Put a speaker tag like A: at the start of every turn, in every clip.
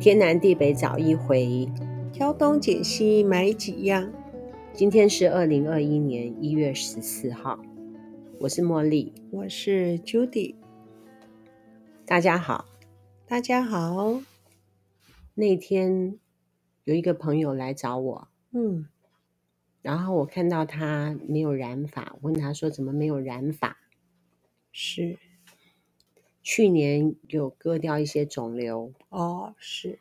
A: 天南地北找一回。
B: 挑东拣西买几样。
A: 今天是二零二一年一月十四号，我是茉莉，
B: 我是 Judy，
A: 大家好。
B: 大家好。
A: 那天有一个朋友来找我，
B: 嗯
A: 然后我看到他没有染发，我问他说怎么没有染发？
B: 是
A: 去年有割掉一些肿瘤，
B: 哦是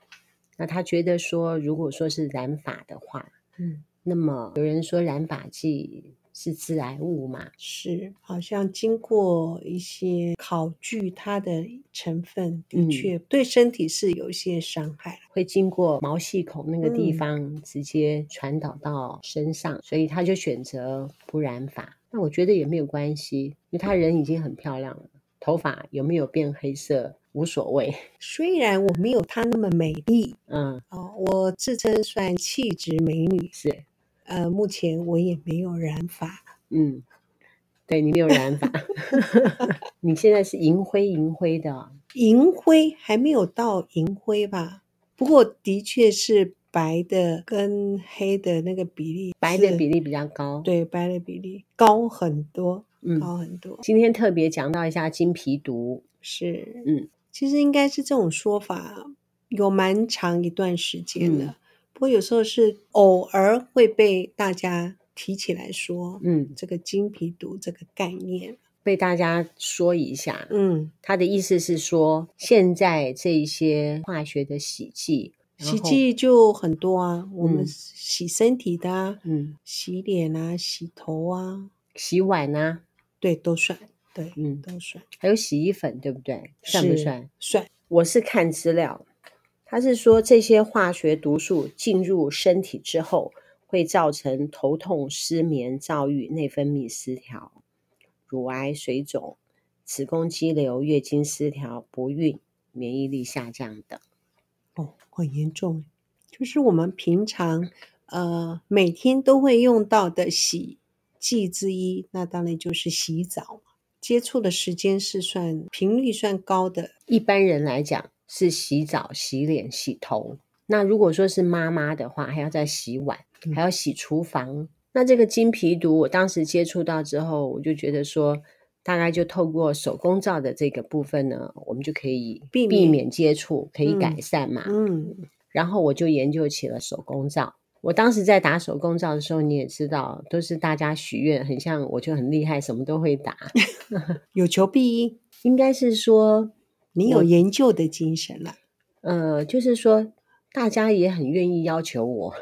A: 那他觉得说，如果说是染发的话，
B: 嗯
A: 那么有人说染发剂是致癌物嘛？
B: 是，好像经过一些考据，它的成分的
A: 嗯
B: 确对身体是有一些伤害。
A: 会经过毛细孔那个地
B: 嗯
A: 方，直接传导到身上，所以他就选择不染发。那我觉得也没有关系，因为他人已经很漂亮了，头发有没有变黑色无所谓。
B: 虽然我没有她那么美丽
A: 嗯，
B: 哦，我自称算气质美女，
A: 是，
B: 呃，目前我也没有染发。
A: 嗯，对你没有染发， 你现在是银灰银灰的哦，
B: 银灰还没有到银灰吧，不过的确是白的跟黑的那个比例，
A: 白的比例比较高。，
B: 对白的比例高很多，
A: 嗯，
B: 高很多。
A: 今天特别讲到一下金皮毒，
B: 是，
A: 嗯，
B: 其实应该是这种说法有蛮长一段时间的，
A: 嗯
B: 不过有时候是偶尔会被大家提起来说，
A: 嗯，
B: 这个金皮毒这个概念，
A: 被大家说一下，
B: 嗯，
A: 他的意思是说，现在这一些化学的洗剂，然
B: 洗
A: 后，
B: 剂就很多啊，我们
A: 嗯
B: 洗身体的啊，
A: 嗯，
B: 洗脸啊，洗头啊，
A: 洗碗啊，
B: 对，都算，对，
A: 嗯
B: 都算，
A: 还有洗衣粉，对不对？算不
B: 是
A: 算？
B: 算，
A: 我是看资料，他是说这些化学毒素进入身体之后，会造成头痛、失眠、躁郁、内分泌失调、乳癌、水肿、子宫肌瘤、月经失调、不孕、免疫力下降等。
B: 哦，很严重欸，就是我们平常呃每天都会用到的洗剂之一，那当然就是洗澡嘛接触的时间是算频率算高的，
A: 一般人来讲是洗澡、洗脸、洗头。那如果说是妈妈的话，还要再洗碗，
B: 嗯
A: 还要洗厨房。那这个金皮毒，我当时接触到之后，我就觉得说，大概就透过手工皂的这个部分呢，我们就可以
B: 避免
A: 避免接触，可以
B: 嗯
A: 改善嘛。
B: 嗯，
A: 然后我就研究起了手工皂。我当时在打手工皂的时候，你也知道，都是大家许愿，很像我就很厉害，什么都会打。
B: 有求必应，
A: 应该是说
B: 你有研究的精神啦、
A: 呃，就是说大家也很愿意要求我，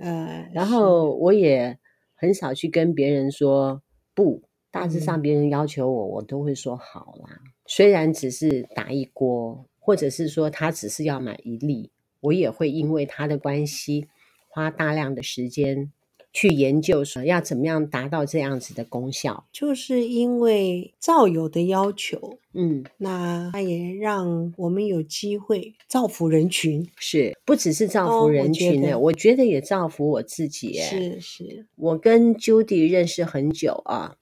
B: 呃，
A: 然
B: 是
A: 后我也很少去跟别人说不。大致上，
B: 嗯
A: 别人要求我，我都会说好啦。虽然只是打一锅，或者是说他只是要买一粒，我也会因为他的关系，花大量的时间去研究，说要怎么样达到这样子的功效。
B: 就是因为皂友的要求，
A: 嗯，
B: 那它也让我们有机会造福人群，
A: 是，不只是造
B: 哦
A: 福
B: 我
A: 人
B: 觉
A: 群呢、
B: 得
A: 我觉得也造福我自己、耶。
B: 是是，
A: 我跟 Judy 认识很久啊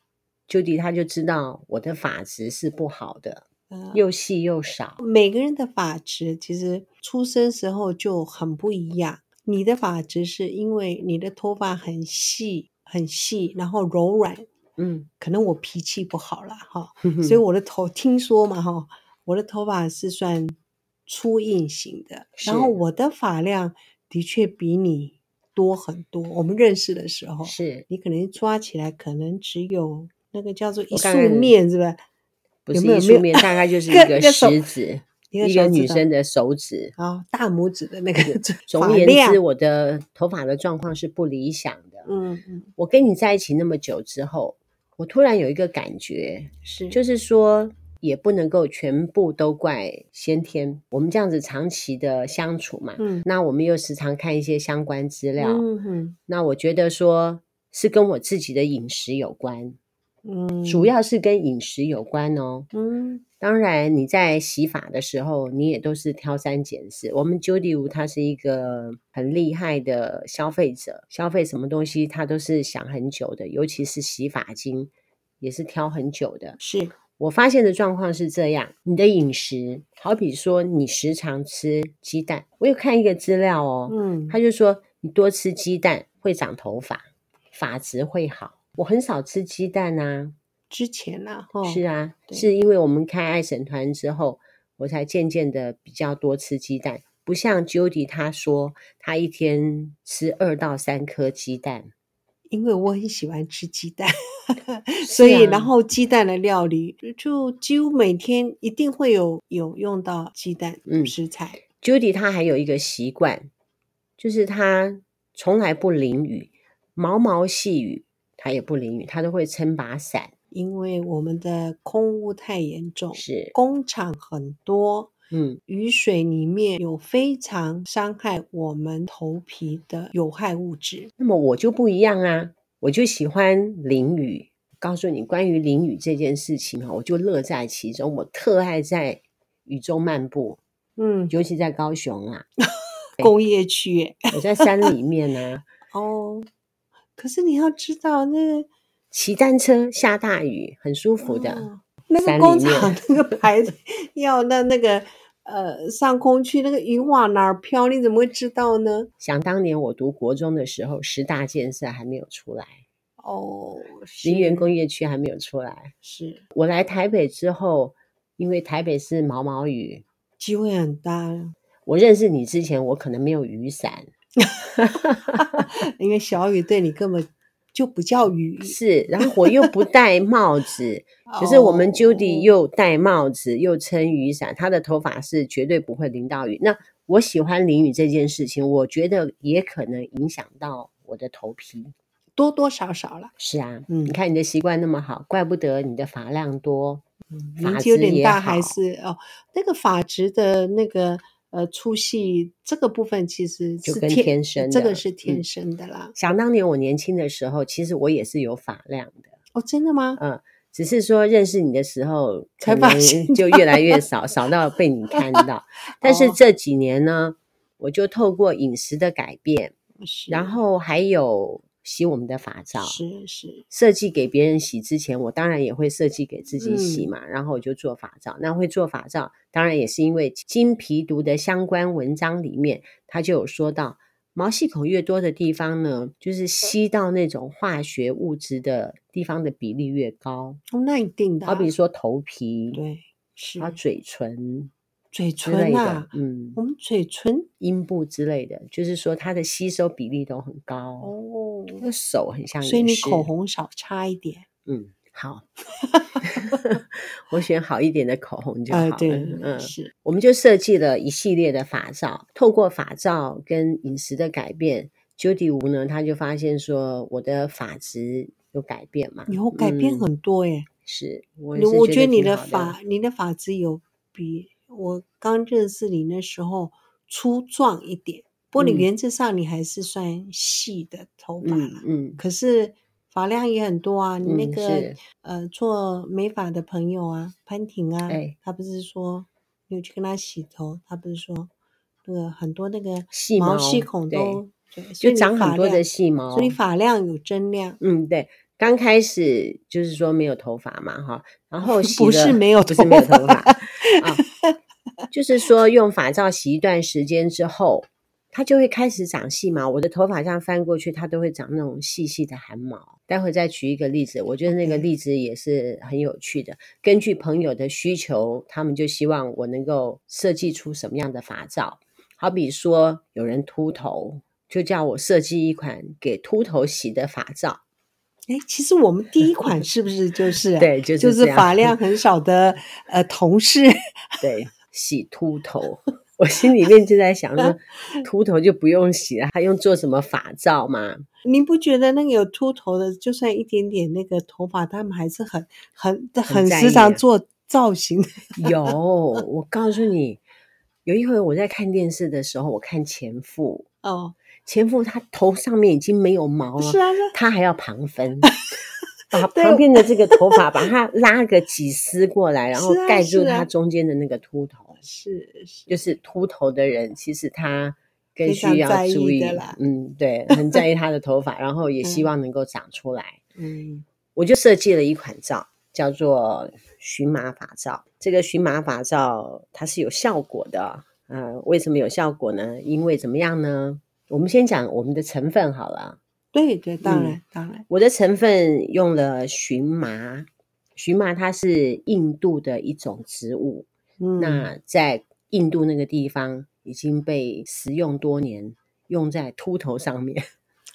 A: ，Judy 她就知道我的发质是不好的，
B: 呃，
A: 又细又少。
B: 每个人的发质其实出生时候就很不一样。你的发质是因为你的头发很细很细，然后柔软，
A: 嗯，
B: 可能我脾气不好啦，哈，所以我的头听说嘛哈，我的头发是算粗硬型的，然后
A: 是
B: 我的发量的确比你多很多。我们认识的时候，
A: 是
B: 你可能抓起来可能只有那个叫做一
A: 我
B: 束
A: 刚才
B: 面，是吧？
A: 不
B: 有
A: 是
B: 没有
A: 一
B: 没
A: 束
B: 有
A: 面，大概就是一
B: 跟
A: 个
B: 跟手
A: 食指，
B: 一个
A: 一个
B: 手指
A: 女
B: 头
A: 生的手指。
B: 啊，大拇指的那个发
A: 总而言
B: 量
A: 之，，我的头发的状况是不理想的。
B: 嗯嗯，
A: 我跟你在一起那么久之后，我突然有一个感觉，
B: 是
A: 就是说也不能够全部都怪先天。我们这样子长期的相处嘛，
B: 嗯
A: 那我们又时常看一些相关资料，
B: 嗯哼
A: 那我觉得说是跟我自己的饮食有关，
B: 嗯，
A: 主要是跟饮食有关哦。
B: 嗯
A: 当然，你在洗发的时候，你也都是挑三拣四。我们 Judy 吴他是一个很厉害的消费者，消费什么东西他都是想很久的，尤其是洗发精也是挑很久的。
B: 是
A: 我发现的状况是这样：你的饮食，好比说你时常吃鸡蛋，我有看一个资料哦，
B: 嗯，
A: 他就说你多吃鸡蛋会长头发，发质会好。我很少吃鸡蛋啊，
B: 之前啊，哈，
A: 是啊，
B: 对
A: 是因为我们开爱神团之后，我才渐渐的比较多吃鸡蛋，不像 Judy 他说他一天吃二到三颗鸡蛋，
B: 因为我很喜欢吃鸡蛋， 所以、
A: 啊
B: 然后鸡蛋的料理就就几乎每天一定会有有用到鸡蛋
A: 嗯
B: 食材。
A: Judy 她还有一个习惯，就是她从来不淋雨，毛毛细雨她也不淋雨，她都会撑把伞。
B: 因为我们的空污太严重，
A: 是，
B: 工厂很多，
A: 嗯，
B: 雨水里面有非常伤害我们头皮的有害物质。
A: 那么我就不一样啊，我就喜欢淋雨。告诉你，关于淋雨这件事情哈，我就乐在其中，我特爱在雨中漫步，
B: 嗯，
A: 尤其在高雄啊，
B: 工业区耶
A: 我在山里面 啊，
B: 哦。可是你要知道，那个
A: 骑单车下大雨很舒服的。
B: 哦那
A: 山
B: 个
A: 里
B: 工
A: 面
B: 厂那个牌子要那那个呃上空去，那个云往哪儿飘，你怎么会知道呢？
A: 想当年我读国中的时候，十大建设还没有出来。
B: 哦，是
A: 林园工业区还没有出来。
B: 是
A: 我来台北之后，因为台北是毛毛雨，
B: 机会很大，
A: 我认识你之前，我可能没有雨伞，
B: 因为小雨对你根本就不叫雨，
A: 是，然后我又不戴帽子，可是我们
B: 哦
A: Judy 又戴帽子，又撑雨伞，她的头发是绝对不会淋到雨。那我喜欢淋雨这件事情，我觉得也可能影响到我的头皮。
B: 多多少少了，
A: 是啊，
B: 嗯
A: 你看你的习惯那么好，怪不得你的发量多。
B: 嗯年
A: 发
B: 纪有
A: 质
B: 点
A: 也
B: 大还
A: 好
B: 是哦，那个发质的那个呃粗细这个部分其实
A: 就是跟天生
B: 这
A: 的
B: 个是天
A: 嗯
B: 生的啦。
A: 想当年我年轻的时候，其实我也是有发量的，
B: 哦，真的吗？
A: 嗯，只是说认识你的时候，
B: 才
A: 可
B: 发
A: 能
B: 现
A: 就越来越少，少到被你 看到。 但是
B: 哦
A: 这几年呢，我就透过饮食的改变，
B: 是，
A: 然后还有洗我们的发皂，
B: 嗯是是
A: 设计给别人洗之前，我当然也会设计给自己洗
B: 嗯
A: 嘛，然后我就做法照。那会做法照，当然也是因为金皮毒的相关文章里面，它就有说到，毛细孔越多的地方呢，就是吸到那种化学物质的地方的比例越高，
B: 哦，那一定的
A: 好
B: 啊、
A: 比说头皮，
B: 对是
A: 然后嘴唇
B: 嘴
A: 之类
B: 唇
A: 的
B: 啊，，
A: 嗯，
B: 我们嘴唇
A: 阴部之类的，就是说它的吸收比例都很高。
B: 哦，
A: 那个手很像也是，
B: 所以你口红少擦一点。
A: 嗯，好， 我选好一点的口红就好
B: 哎、
A: 了。
B: 对，
A: 嗯，
B: 是
A: 我们就设计了一系列的法照，透过法照跟饮食的改变，Judy 吴呢，他就发现说我的发质有改变嘛，
B: 以后改变
A: 嗯
B: 很多耶。
A: 是，我
B: 我
A: 也是
B: 我
A: 觉
B: 觉得你
A: 挺
B: 的
A: 好
B: 发你的发质有比我刚认识你那时候粗壮一点，不过你
A: 嗯
B: 原则上你还是算细的头发
A: 嗯
B: 了，
A: 嗯，
B: 可是发量也很多啊。你那
A: 嗯
B: 个、
A: 是
B: 呃做美发的朋友啊，潘婷啊，
A: 哎
B: 他不是说你有去跟他洗头，他不是说那个很多那个
A: 细
B: 毛细
A: 毛
B: 孔
A: 对
B: 都对所以
A: 就
B: 你
A: 长
B: 发
A: 很多的
B: 量
A: 细毛，
B: 所以发量有增量。
A: 嗯，对，刚开始就是说没有头发嘛，哈，然 后洗
B: 不是
A: 了
B: 没有
A: 不
B: 头
A: 是没有头
B: 发
A: 发啊，就是说用发皂洗一段时间之后，它就会开始长细毛。我的头发这样翻过去，它都会长那种细细的汗毛。待会再举一个例子，我觉得那个
B: OK
A: 例子也是很有趣的。根据朋友的需求，他们就希望我能够设计出什么样的发皂。好比说有人秃头，就叫我设计一款给秃头洗的发皂。
B: 哎，其实我们第一款是不是就是
A: 对就是
B: 就
A: 这
B: 是
A: 样
B: 发量很少的呃同事？
A: 对，洗秃头。我心里面就在想说， 秃头就不用洗了，还用做什么发皂嘛？
B: 您不觉得那个有秃头的，就算一点点那个头发，他们还是很很很
A: 在
B: 时
A: 意
B: 常
A: 啊
B: 做造型的？
A: 有，我告诉你，有一回我在看电视的时候，我看前夫，
B: 哦，
A: 前夫他头上面已经没有毛
B: 是
A: 了，
B: 啊，是啊
A: 他还要旁 分，把
B: 对
A: 旁边的这个头发把它拉个几丝过来，然后
B: 是啊
A: 盖
B: 是
A: 住
B: 啊
A: 他中间的那个秃头。
B: 是是，
A: 就是秃头的人，其实他更
B: 非常
A: 需要
B: 在意
A: 注意
B: 的啦，
A: 嗯，对，很在意他的头发，然后也希望能够长出来。
B: 嗯，
A: 我就设计了一款皂，叫做荨麻法皂。这个荨麻法皂它是有效果的，呃，为什么有效果呢？因为怎么样呢？我们先讲我们的成分好了。
B: 对对，当然、
A: 嗯
B: 当然，
A: 我的成分用了荨麻，荨麻它是印度的一种植物，
B: 嗯，
A: 那在印度那个地方已经被食用多年，用在秃头上面。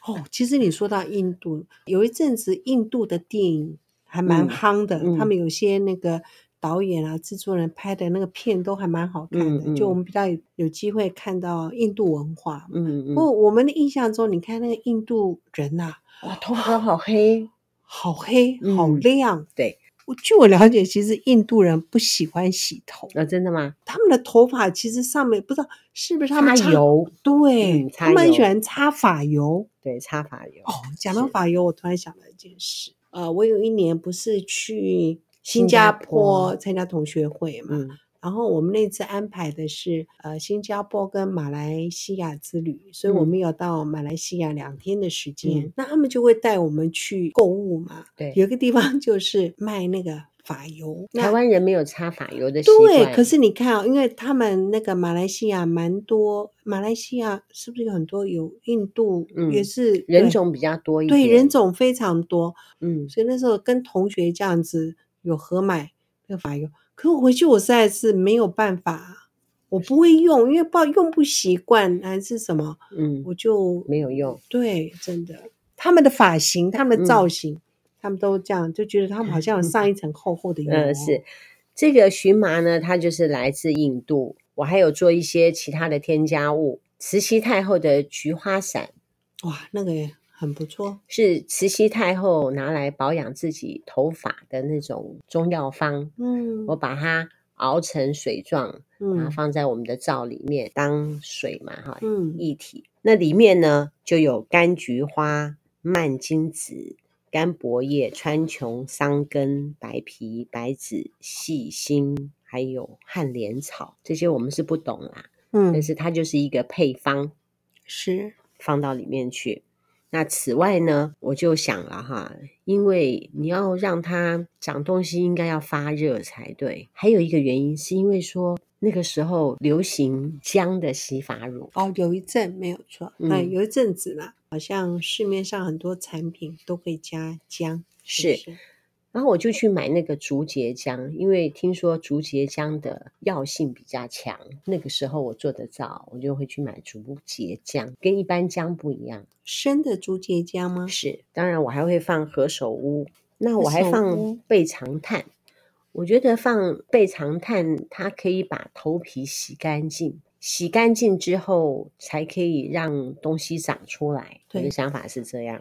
B: 哦，其实你说到印度，有一阵子印度的电影还蛮
A: 嗯
B: 夯的，
A: 嗯
B: 他们有些那个导演啊、制作人拍的那个片都还蛮好看的，
A: 嗯嗯
B: 就我们比较有有机会看到印度文化。
A: 嗯
B: 不
A: 嗯，
B: 过我们的印象中，你看那个印度人呐、
A: 哇，头发好黑。
B: 好黑、好
A: 嗯
B: 亮。
A: 对
B: 我据我了解，其实印度人不喜欢洗头，
A: 啊、真的吗？
B: 他们的头发其实上面不知道是不是他们
A: 擦，油，
B: 对，
A: 嗯
B: 他
A: 擦
B: 们很喜
A: 油
B: 欢擦发油。
A: 对，擦发油。
B: 哦，讲到
A: 是
B: 法油，我突然想到一件事，呃，我有一年不是去新
A: 新加
B: 加坡
A: 坡
B: 参加同学会嘛，
A: 嗯
B: 然后我们那次安排的是呃新加坡跟马来西亚之旅，所以我
A: 嗯
B: 们有到马来西亚两天的时间，
A: 嗯
B: 那他们就会带我们去购物嘛，
A: 对
B: 有一个地方 就是卖那个法油，那
A: 台湾人没有擦发油的习惯。
B: 对，可是你看啊、因为他们那个马来西亚蛮多，马来西亚是不是有很多有印度、也
A: 嗯
B: 是
A: 人
B: 对
A: 种比较多一点，
B: 对人，种非常多，
A: 嗯，
B: 所以那时候跟同学这样子有合买那个法油，可我回去我实在是没有办法，我不会用，因为不知道用不习惯还是什么，
A: 嗯，
B: 我就
A: 没有用。
B: 对，真的，他们的发型、他们的
A: 嗯
B: 造型，他们都这样，就觉得他们 好像有上一层厚厚的油、哦
A: 嗯，是，这个荨麻呢，它就是来自印度。我还有做一些其他的添加物，慈禧太后的菊花散
B: 哇，那个也很不错，
A: 是慈禧太后拿来保养自己头发的那种中药方，
B: 嗯
A: 我把它熬成水状，然后
B: 嗯
A: 放在我们的皂里面当水嘛，哈，
B: 嗯
A: 液体。那里面呢就有柑橘花、蔓荆子、甘薄叶、川穹、桑根、白皮、白芷、细心，还有旱莲草，这些我们是不懂啦，但
B: 嗯，
A: 是它就是一个配方
B: 是，
A: 放到里面去。那此外呢，我就想了哈，因为你要让它长东西，应该要发热才对。还有一个原因是因为说那个时候流行姜的洗发乳，
B: 哦，有一阵没有错，嗯、
A: 嗯
B: 有一阵子啦，好像市面上很多产品都可以加姜，不
A: 是然后我就去买那个竹节姜，因为听说竹节姜的药性比较强。那个时候我做得早，我就会去买竹节姜，跟一般姜不一样。
B: 生的竹节姜吗？
A: 是，当然我还会放何首乌，那我还
B: 何首乌
A: 放倍长炭。我觉得放倍长炭，它可以把头皮洗干净，洗干净之后才可以让东西长出来。我
B: 对
A: 的想法是这样，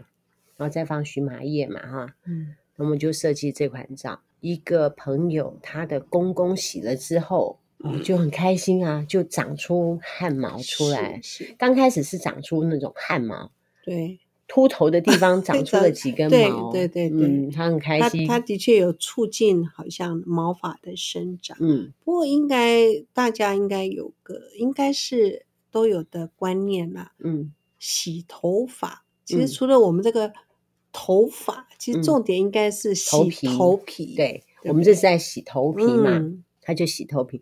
A: 然后再放荨麻叶嘛，哈，
B: 嗯，
A: 那么就设计这款皂。一个朋友他的公公洗了之后，我就很开心啊，就长出汗毛出来。
B: 是，是
A: 刚开始是长出那种汗毛，
B: 对，
A: 秃头 的地方长出了几根
B: 对
A: 毛，
B: 对对对
A: 嗯，他很开
B: 它
A: 心，
B: 它的确有促进好像毛发的生长，
A: 嗯，
B: 不过应该大家应该有个应该是都有的观念啦，
A: 嗯
B: 洗头发，其实
A: 嗯
B: 除了我们这个头发，其实
A: 嗯
B: 重点应该是洗
A: 头皮
B: 头皮。
A: 对，
B: 不
A: 我们这是在洗头皮嘛，
B: 嗯
A: 他就洗头皮。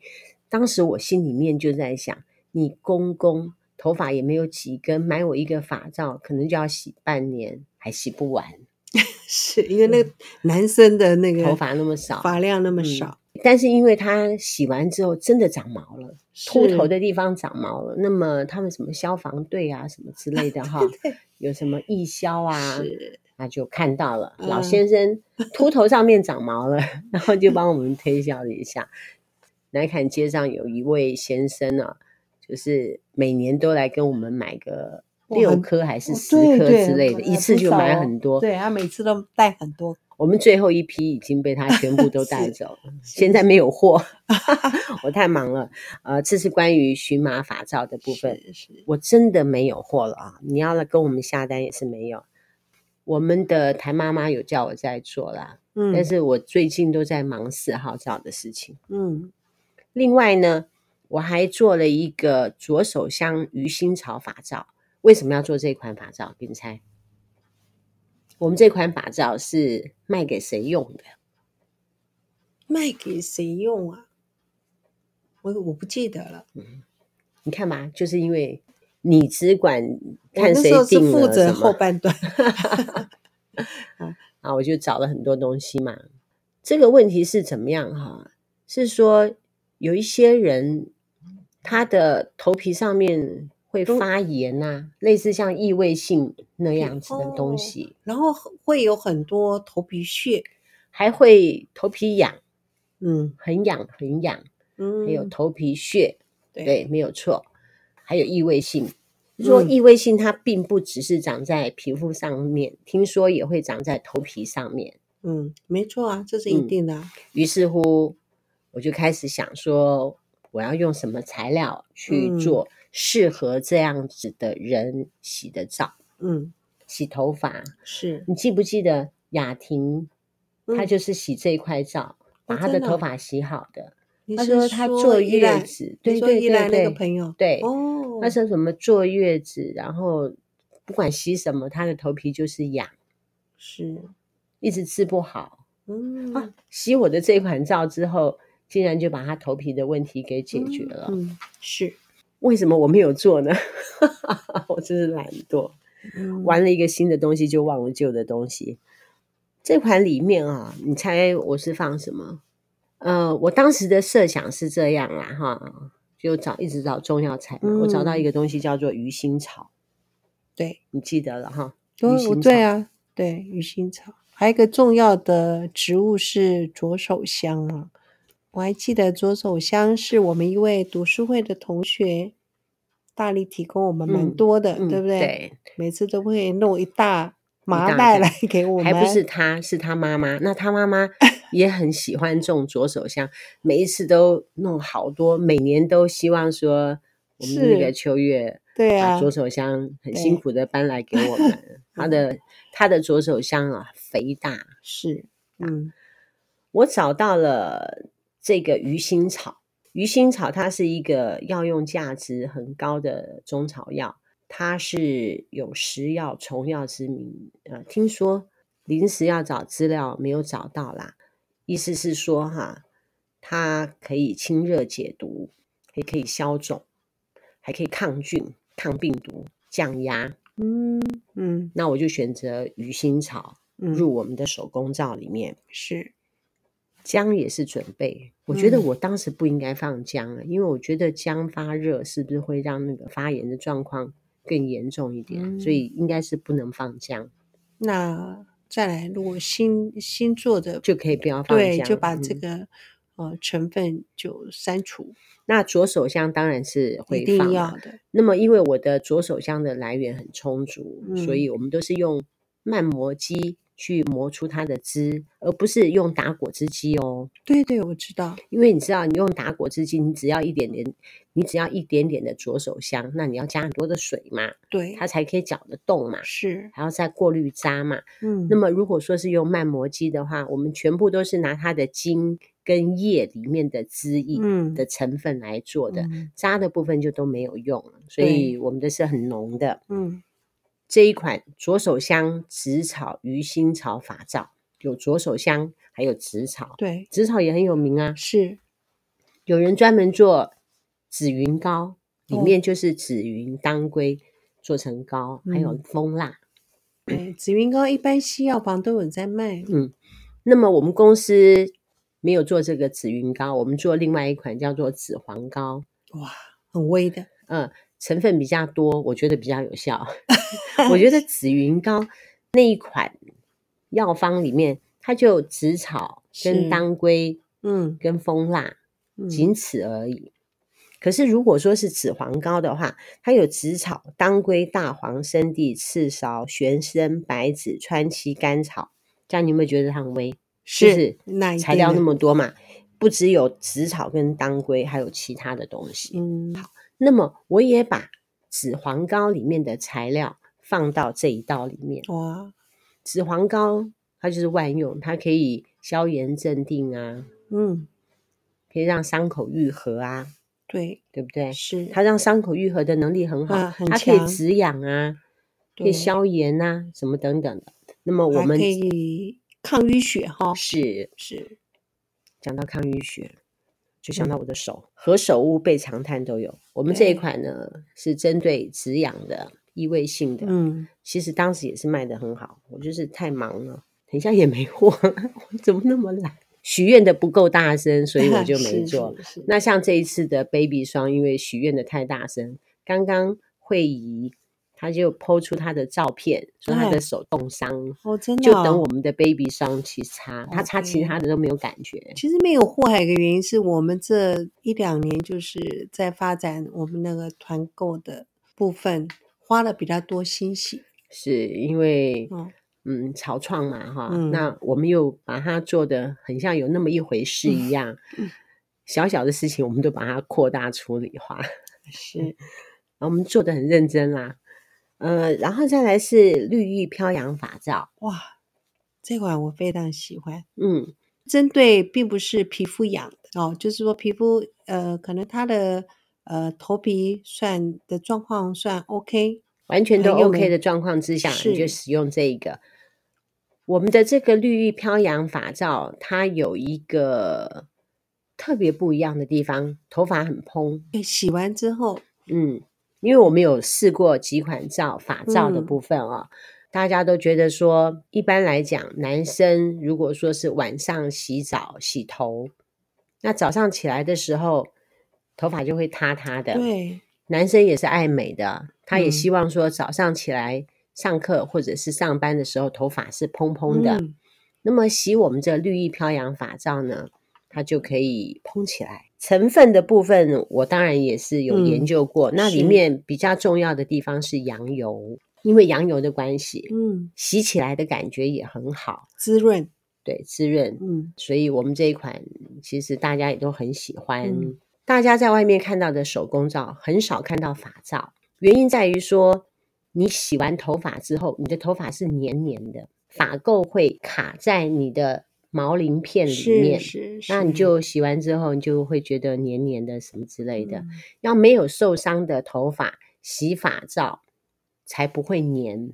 A: 当时我心里面就在想，你公公头发也没有几根，买我一个发皂，可能就要洗半年，还洗不完，
B: 是因为那个男生的那个
A: 嗯头发那么少，
B: 发量那么
A: 嗯
B: 少，
A: 但是因为他洗完之后真的长毛了，秃头
B: 是，
A: 的地方长毛了，那么他们什么消防队啊什么之类的哈
B: 对
A: 有什么义消啊，
B: 是
A: 那就看到了
B: 嗯
A: 老先生秃头上面长毛了， 然后就帮我们推销了一下。南坎街上有一位先生啊，就是每年都来跟我们买个
B: 哇
A: 六
B: 很
A: 颗还是
B: 哦
A: 十
B: 对
A: 颗
B: 对
A: 之类的，
B: 很
A: 一次
B: 很
A: 就
B: 少
A: 买
B: 哦
A: 很多。
B: 对他每次都带很多，
A: 我们最后一批已经被他全部都带
B: 是
A: 走了，嗯现在没有货， 我太忙了。呃，这是关于荨麻法皂的部分。
B: 是是
A: 我真的没有货了啊！你要来跟我们下单也是没有。我们的谭妈妈有叫我在做啦，
B: 嗯，
A: 但是我最近都在忙四号皂的事情。
B: 嗯
A: 另外呢，我还做了一个左手香鱼腥草法皂。为什么要做这款法皂？给你猜，我们这款法皂是卖给谁用的？
B: 卖给谁用啊？我我不记得了。
A: 你看嘛，就是因为你只管
B: 我
A: 看
B: 那
A: 谁
B: 时候是
A: 定
B: 负
A: 了
B: 责
A: 什么
B: 后半段，
A: 啊，我就找了很多东西嘛。这个问题是怎么样哈、是说有一些人他的头皮上面会发炎呐、类似像异味性那样子的东
B: 哦
A: 西，
B: 然后会有很多头皮屑，
A: 还会头皮痒，
B: 嗯
A: 很痒很痒，
B: 嗯，
A: 还有头皮屑，
B: 对
A: 对，没有错，还有异味性。就说
B: 嗯
A: 异味性它并不只是长在皮肤上面，听说也会长在头皮上面。
B: 嗯，没错啊，这是一
A: 嗯
B: 定的、啊。
A: 于是乎，我就开始想说，我要用什么材料去
B: 嗯
A: 做适合这样子的人洗的澡、
B: 嗯，
A: 洗头发。
B: 是
A: 你记不记得雅婷？她
B: 嗯
A: 就是洗这一块皂，把她的
B: 真的
A: 头
B: 哦
A: 发洗好的。
B: 你
A: 她
B: 是
A: 说她坐
B: 依
A: 月
B: 赖，
A: 子，
B: 你
A: 对
B: 说
A: 对
B: 依赖
A: 对
B: 那个
A: 对，
B: 朋友，
A: 对，
B: 哦，
A: 她说什么坐月子，然后不管洗什么，她的头皮就是痒，
B: 是，
A: 一直治不好。
B: 嗯，
A: 啊，洗我的这款皂之后，竟然就把他头皮的问题给解决了。
B: 嗯，是，
A: 为什么我没有做呢？ 我真是懒惰，
B: 嗯
A: 玩了一个新的东西就忘了旧的东西。这款里面啊，你猜我是放什么？呃，我当时的设想是这样啦，哈，就找一直找中药材嘛。我找到一
B: 嗯
A: 个东西叫做鱼腥草，
B: 对，
A: 你记得了哈？鱼
B: 对，我
A: 腥
B: 对
A: 草，
B: 啊，对，鱼腥草，还有一个重要的植物是左手香啊。我还记得左手香是我们一位读书会的同学大力提供我们蛮
A: 嗯
B: 多的，
A: 嗯
B: 对不对？
A: 对，
B: 每次都会弄一大麻
A: 大袋
B: 袋来给我们，
A: 还不是他，是他妈妈。那他妈妈也很喜欢种左手香，每一次都弄好多，每年都希望说我们那个
B: 是
A: 秋月
B: 对
A: 把
B: 啊
A: 左，手香很
B: 对
A: 辛苦的搬来给我们。他的他的左手香啊，肥大。
B: 是，嗯
A: 我找到了这个鱼腥草，鱼腥草它是一个药用价值很高的中草药，它是有食药虫药之名。呃，听说临时要找资料没有找到啦，意思是说哈，它可以清热解毒，也可以消肿，还可以抗菌、抗病毒、降压。
B: 嗯嗯
A: 那我就选择鱼腥草
B: 嗯，
A: 入我们的手工皂里面。
B: 是，
A: 姜也是准备，我觉得
B: 嗯
A: 我当时不应该放姜啊，因为我觉得姜发热是不是会让那个发炎的状况更严重一点，啊所
B: 嗯
A: 以应该是不能放姜，
B: 那再来，如果新新做的
A: 就可以不要放姜。
B: 对，就把这
A: 嗯
B: 个、呃成分就删除，
A: 那左手香当然是
B: 一
A: 会
B: 定
A: 放
B: 要
A: 啊。
B: 的。
A: 那么因为我的左手香的来源很充足，所
B: 嗯
A: 以我们都是用慢磨机去磨出它的汁，而不是用打果汁机哦。
B: 对对，我知道，
A: 因为你知道，你用打果汁机，你只要一点点，你只要一点点的左手香，那你要加很多的水嘛，
B: 对，
A: 它才可以搅得动嘛，
B: 是，
A: 还要再过滤渣嘛。
B: 嗯，
A: 那么如果说是用慢磨机的话，我们全部都是拿它的茎跟叶里面的汁液
B: 嗯
A: 的成分来做的，
B: 嗯
A: 渣的部分就都没有用了，所
B: 对
A: 以我们的是很浓的。
B: 嗯
A: 这一款左手香紫草鱼腥草法皂，有左手香，还有紫草，
B: 对，
A: 紫草也很有名啊。
B: 是，
A: 有人专门做紫云膏，里
B: 哦
A: 面就是紫云、当归做成膏，还有
B: 嗯
A: 蜂蜡。
B: 对，紫云膏一般西药房都有在卖，
A: 那么我们公司没有做这个紫云膏，我们做另外一款叫做紫黄膏，
B: 哇，很微的，
A: 嗯，成分比较多，我觉得比较有 效。我觉得紫云膏那一款药方里面，它就有紫草
B: 是
A: 跟当归
B: 嗯
A: 跟蜂蜡，
B: 嗯，
A: 仅此而已。可是如果说是紫黄膏的话，它有紫草、当归、大黄、生地、赤芍、玄参、白芷、川崎甘草，这样你有没有觉得它很微？就是
B: 那一
A: 材
B: 定
A: 料那
B: 哎的
A: 么多嘛，不只有紫草跟当归，还有其他的东西。
B: 嗯
A: 那么我也把紫黄膏里面的材料放到这一道里面。
B: 哇，
A: 紫黄膏它就是万用，它可以消炎镇定啊，
B: 嗯
A: 可以让伤口愈合啊，
B: 对，
A: 对不对？
B: 是，
A: 哎它让伤口愈合的能力很好，
B: 啊很
A: 它可以
B: 强
A: 止痒啊，可以
B: 对
A: 消炎啊，什么等等的。那么我
B: 还
A: 们
B: 可以抗淤血哈，
A: 是
B: 是，
A: 讲到抗淤血，就想到我的手，何首乌、贝长炭都有。我们这一
B: 嗯对
A: 款呢是针对止痒的、异味性的，
B: 嗯，
A: 其实当时也是卖的很好，我就是太忙了，等一下也没货， 我怎么那么懒？许愿的不够大声，所以我就没
B: 是
A: 做。。
B: 是是
A: 那像这一次的 Baby 霜，因为许愿的太大声，刚刚慧仪她就抛出她的照片，说她的
B: 哎
A: 手冻伤，
B: 哦，真的
A: 就
B: 哦、
A: 等我们的 Baby 霜去擦，她擦其
B: OK
A: 他的都没有感觉。
B: 其实没有货，还有一个原因是我们这一两年就是在发展我们那个团购的部分，花了比较多心血。
A: 是因为
B: 嗯，
A: 嗯草创嘛哈，
B: 嗯
A: 那我们又把它做的很像有那么一回事一样，
B: 嗯
A: 小小的事情我们都把它扩大处理化，
B: 是
A: 然后我们做的很认真啦。呃，然后再来是绿意飘扬法罩，
B: 哇，这款我非常喜欢。
A: 嗯，
B: 针对并不是皮肤痒的哦，就是说皮肤呃，可能它的呃头皮算的状况算 OK，
A: 完全都
B: 很有
A: OK
B: 美
A: 的状况之下，你就是使用这一个。我们的这个绿意飘扬法罩，它有一个特别不一样的地方，头发很蓬，
B: 对洗完之后
A: 嗯，因为我们有试过几款皂法皂的
B: 嗯
A: 部分啊、大家都觉得说，一般来讲，男生如果说是晚上洗澡洗头，那早上起来的时候，头发就会塌塌的。，
B: 对
A: 男生也是爱美的，他也
B: 嗯
A: 希望说早上起来上课或者是上班的时候，头发是蓬蓬的。
B: 嗯
A: 那么洗我们这绿意飘扬法皂呢，它就可以蓬起来。成分的部分，我当然也是有研
B: 嗯
A: 究过，那里
B: 是
A: 面比较重要的地方是羊油，因为羊油的关系，
B: 嗯
A: 洗起来的感觉也很好，
B: 滋润
A: 对，滋润。
B: 嗯
A: 所以我们这一款其实大家也都很喜欢。
B: 嗯
A: 大家在外面看到的手工皂，很少看到发皂，原因在于说，你洗完头发之后，你的头发是黏黏的，发垢会卡在你的毛鳞片里
B: 是
A: 面。
B: 是是，
A: 那你就洗完之后，你就会觉得黏黏的什么之类的。
B: 嗯
A: 要没有受伤的头发，洗发皂才不会黏，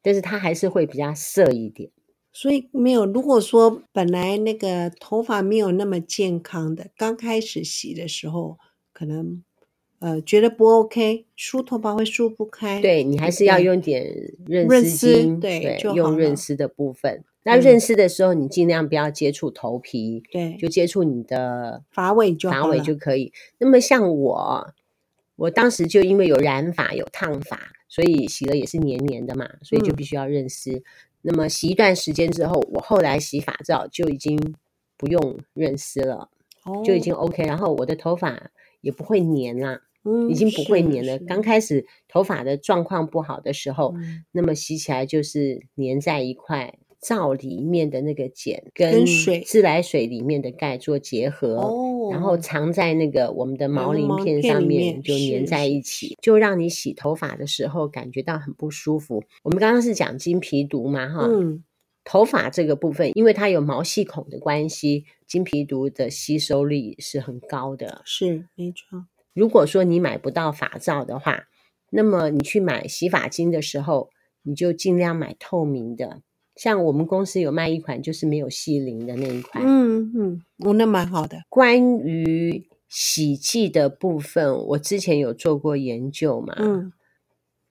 A: 但是它还是会比较涩一点。
B: 所以没有，如果说本来那个头发没有那么健康的，刚开始洗的时候，可能呃觉得不 OK，梳头发会梳不开。
A: 对你还
B: 对
A: 是要
B: 对
A: 用点润
B: 润
A: 丝
B: 丝
A: 巾，
B: 对就好
A: 用润
B: 了
A: 丝的部分。那
B: 嗯
A: 润丝的时候，你尽量不要接触头皮，
B: 对，
A: 就接触你的
B: 发尾就
A: 发
B: 好
A: 尾
B: 了
A: 就可以。那么像我，我当时就因为有染发、有烫发，所以洗了也是黏黏的嘛，所以就
B: 嗯
A: 必须要润丝。那么洗一段时间之后，我后来洗发皂就已经不用润丝了，
B: 哦
A: 就已经 OK，然后我的头发也不会黏啦、
B: 哦、
A: 已经不会粘了。刚开
B: 始
A: 始头发的状况不好的时候，
B: 嗯
A: 那么洗起来就是粘在一块皂里面的那个碱跟
B: 跟水
A: 自来水里面的钙做结合。
B: 哦，
A: 然后藏在那个我们的毛
B: 嗯
A: 鳞
B: 毛
A: 片
B: 片
A: 上
B: 里
A: 面，
B: 面
A: 就是粘在
B: 是
A: 一起，就让你洗头发的时候感觉到很不舒服。我们刚刚是讲金皮毒嘛，哈，
B: 嗯
A: 头发这个部分，因为它有毛细孔的关系，金皮毒的吸收力是很高的。
B: 是没错，
A: 如果说你买不到发皂的话，那么你去买洗发精的时候，你就尽量买透明的。像我们公司有卖一款，就是没有细鳞的那一款。
B: 嗯嗯，我那蛮好的，
A: 关于洗剂的部分，我之前有做过研究嘛，
B: 嗯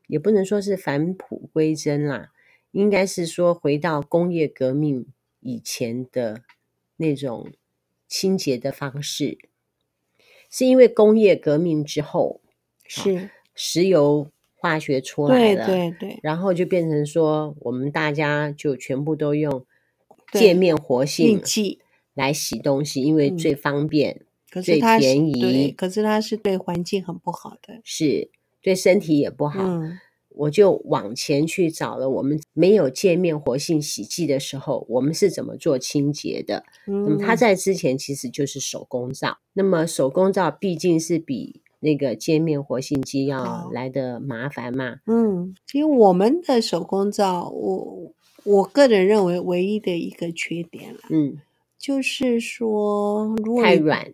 A: 也不能说是返璞归真啦，应该是说回到工业革命以前的那种清洁的方式，是因为工业革命之后，
B: 是，
A: 石油化学出来
B: 对
A: 了，
B: 对对，
A: 然后就变成说我们大家就全部都用
B: 对
A: 界面活性
B: 印记，
A: 来洗东西，因为
B: 嗯
A: 最方便，
B: 可
A: 最
B: 是它是
A: 便宜
B: 对，可是它是对环境很不好的，
A: 是对身体也不好。
B: 嗯
A: 我就往前去找了我们没有界面活性洗剂的时候，我们是怎么做清洁的？那么
B: 嗯，
A: 它在之前其实就是手工皂，那么手工皂毕竟是比那个界面活性剂要
B: 哦
A: 来的麻烦嘛，
B: 嗯，其实我们的手工皂，我我个人认为唯一的一个缺点了，
A: 嗯，
B: 就是说，如果
A: 太
B: 你
A: 软，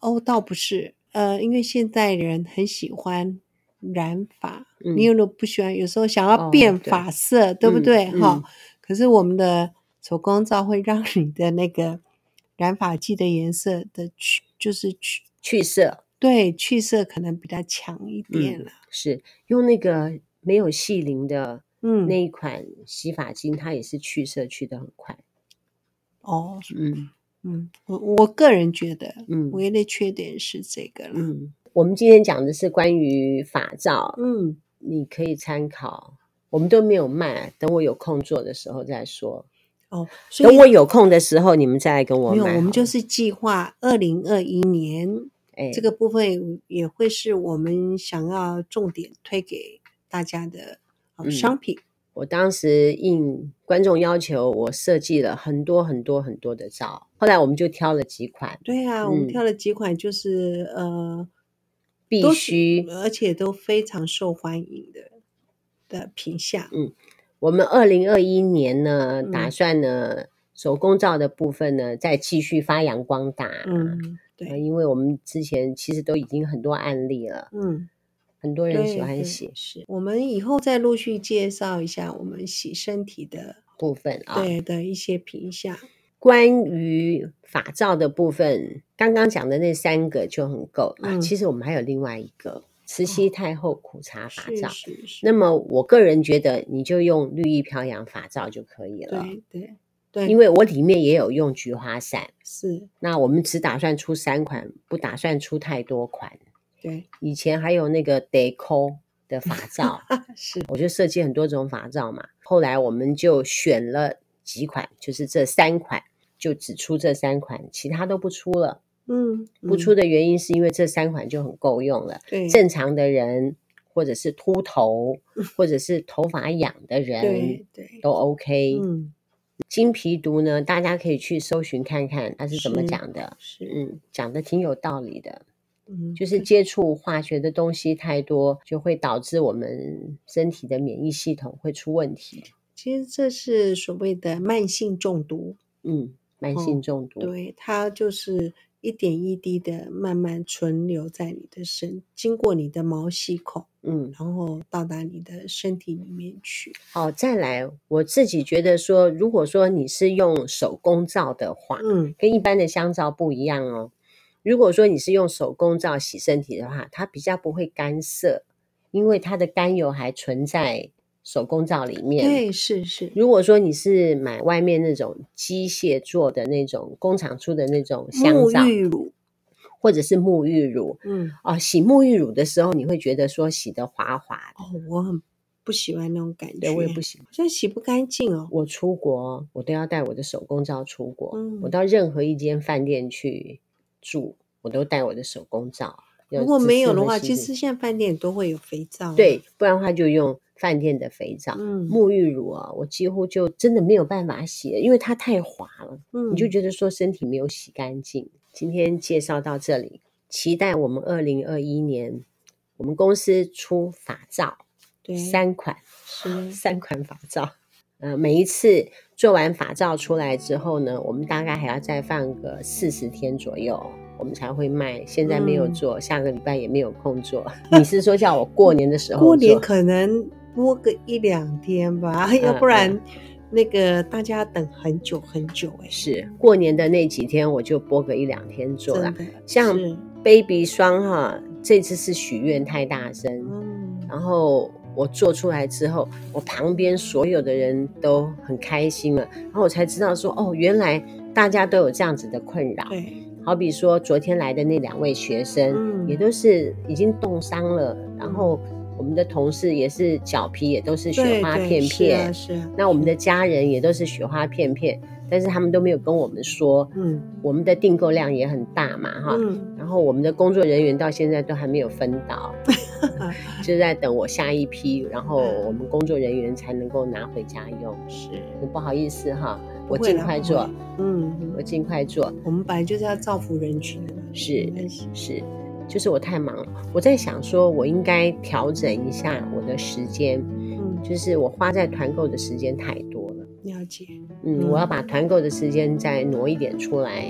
B: 哦，倒不是，呃，因为现在人很喜欢染发，
A: 嗯
B: 你有的不喜欢，有时候想
A: 哦
B: 要变
A: 对
B: 发色，对不
A: 嗯
B: 对？哈、
A: 嗯
B: 可是我们的手工皂会让你的那个染发剂的颜色的去就是去
A: 去色
B: 对去色可能比较强一
A: 嗯
B: 点了。
A: 是用那个没有细鳞的
B: 嗯，
A: 那一款洗发精，它也是去色去的很快。
B: 哦，
A: 嗯
B: 嗯，我我个人觉得
A: 嗯
B: 唯一的缺点是这个了。
A: 嗯，我们今天讲的是关于发皂，
B: 嗯，
A: 你可以参考。我们都没有卖，等我有空做的时候再说。
B: 哦，所
A: 等
B: 以
A: 我有空的时候，你们再来跟我
B: 没有，
A: 买。
B: 我们就是是计划二零二一年
A: 哎，
B: 这个部分也会是我们想要重点推给大家的呃
A: 嗯
B: 商品。
A: 我当时应观众要求，我设计了很多很多很多的皂，后来我们就挑了几款
B: 对啊，我们
A: 嗯
B: 挑了几款，就是呃，
A: 必
B: 都是
A: 须。
B: 而且都非常受欢迎的的品相。
A: 我们二零二一年呢，
B: 嗯
A: 打算呢手工皂的部分呢再继续发扬光大。
B: 嗯，
A: 呃，
B: 对，
A: 因为我们之前其实都已经很多案例了，
B: 嗯，
A: 很多人喜
B: 对
A: 欢
B: 对
A: 洗
B: 是我们以后再陆续介绍一下我们洗身体的
A: 部分啊。
B: 对的一些品相。
A: 关于法照的部分，刚刚讲的那三个就很够了。
B: 嗯哦
A: 其实我们还有另外一个慈禧太后苦茶法
B: 是
A: 照。
B: 是是，
A: 那么我个人觉得，你就用绿意飘扬法照就可以了，
B: 对对对，
A: 因
B: 为
A: 为我里面也有用菊花散。
B: 是
A: 那我们只打算出三款，不打算出太多款。
B: 对
A: 以前还有那个 Deco 的法照，
B: 是
A: 我就设计很多种法照嘛。后来我们就选了几款，就是这三款，就只出这三款，其他都不出了。
B: 嗯
A: 不
B: 嗯
A: 出的原因是因为这三款就很够用了。
B: 对
A: 正常的人，或者是秃头，或者是头发痒的人
B: 对，对，
A: 都 OK。
B: 嗯
A: 金皮毒呢，大家可以去搜寻看看它是怎么
B: 是
A: 讲的。
B: 是
A: 嗯，讲的挺有道理的。
B: 嗯
A: 就是接触化学的东西太多，就会导致我们身体的免疫系统会出问题。
B: 其实这是所谓的慢性中毒，
A: 嗯，慢
B: 哦
A: 性中毒。
B: 对，它就是一点一滴的慢慢存留在你的身，经过你的毛细孔，
A: 嗯，
B: 然后到达你的身体里面去。
A: 好，再来，我自己觉得说，如果说你是用手工皂的话，
B: 嗯，
A: 跟一般的香皂不一样哦。如果说你是用手工皂洗身体的话，它比较不会干涩，因为它的甘油还存在手工皂里面。
B: 对，是是，
A: 如果说你是买外面那种机械做的那种工厂出的那种香皂
B: 沐，浴乳，
A: 或者是沐浴乳
B: 嗯，
A: 哦，洗沐浴乳的时候，你会觉得说洗的滑滑的，
B: 哦，我很不喜欢那种感觉，
A: 对我也不，喜欢。
B: 好像洗不干净哦。
A: 我出国，我都要带我的手工皂出国。
B: 嗯
A: 我到任何一间饭店去住，我都带我的手工皂。
B: 如果没有的话，
A: 只适合
B: 其
A: 洗脸
B: 实现在饭店都会有肥皂。，
A: 对，不然的话就用饭店的肥皂。
B: 嗯，
A: 沐浴乳啊，我几乎就真的没有办法洗了，因为它太滑了。
B: 嗯
A: 你就觉得说身体没有洗干净。今天介绍到这里，期待我们二零二一年我们公司出法照
B: 对
A: 三款，
B: 是
A: 三款法照。呃，每一次做完法照出来之后呢，我们大概还要再放个四十天左右，我们才会卖。现在没有
B: 嗯
A: 做，下个礼拜也没有空做。 你是说叫我过年的时候做？
B: 过年可能播个一两天吧，
A: 嗯
B: 要不然那个大家等很久很久哎、
A: 是过年的那几天，我就播个一两天做
B: 真
A: 啦。
B: 的
A: 像
B: 是
A: baby 霜哈，这次是许愿太大声，
B: 嗯
A: 然后我做出来之后，我旁边所有的人都很开心了，然后我才知道说，哦，原来大家都有这样子的困扰。
B: 对
A: 好比说昨天来的那两位学生，
B: 嗯
A: 也都是已经冻伤了，然后我们的同事也是脚皮也都是雪
B: 对
A: 花
B: 对
A: 片片，
B: 是啊是啊，
A: 那我们的家人也都是雪花片片，但是他们都没有跟我们说，
B: 嗯
A: 我们的订购量也很大嘛，哈。
B: 嗯
A: 然后我们的工作人员到现在都还没有分到，就在等我下一批，然后我们工作人员才能够拿回家用。
B: 是
A: 不好意思哈，
B: 不
A: 我
B: 会
A: 尽
B: 啦
A: 快
B: 不
A: 做
B: 会，嗯
A: 我尽快做。
B: 我们本来就是要造福人群的嘛，
A: 是
B: 没关系
A: 是，就是我太忙了，我在想说，我应该调整一下我的时间，
B: 嗯
A: 就是我花在团购的时间太多了。
B: 了解
A: 嗯，我要把
B: 嗯
A: 团购的时间再挪一点出来，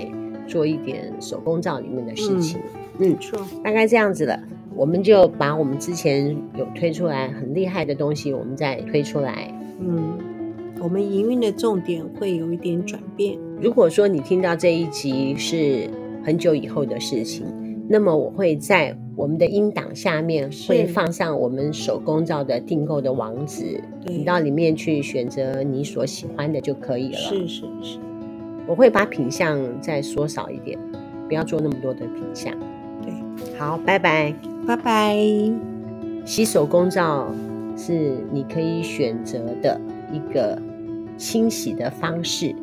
A: 做一点手工皂里面的
B: 嗯
A: 事情，
B: 没错
A: 大概这样子了。我们就把我们之前有推出来很厉害的东西，我们再推出来。
B: 嗯，我们营运的重点会有一点转变，
A: 如果说你听到这一集是很久以后的事情，那么我会在我们的音档下面
B: 是
A: 会放上我们手工皂的订购的网址，
B: 对
A: 你到里面去选择你所喜欢的就可以了。
B: 是是是，
A: 我会把品相再缩少一点，不要做那么多的品相。
B: 对，
A: 好，拜拜。
B: 拜拜。
A: 洗手工皂是你可以选择的一个清洗的方式。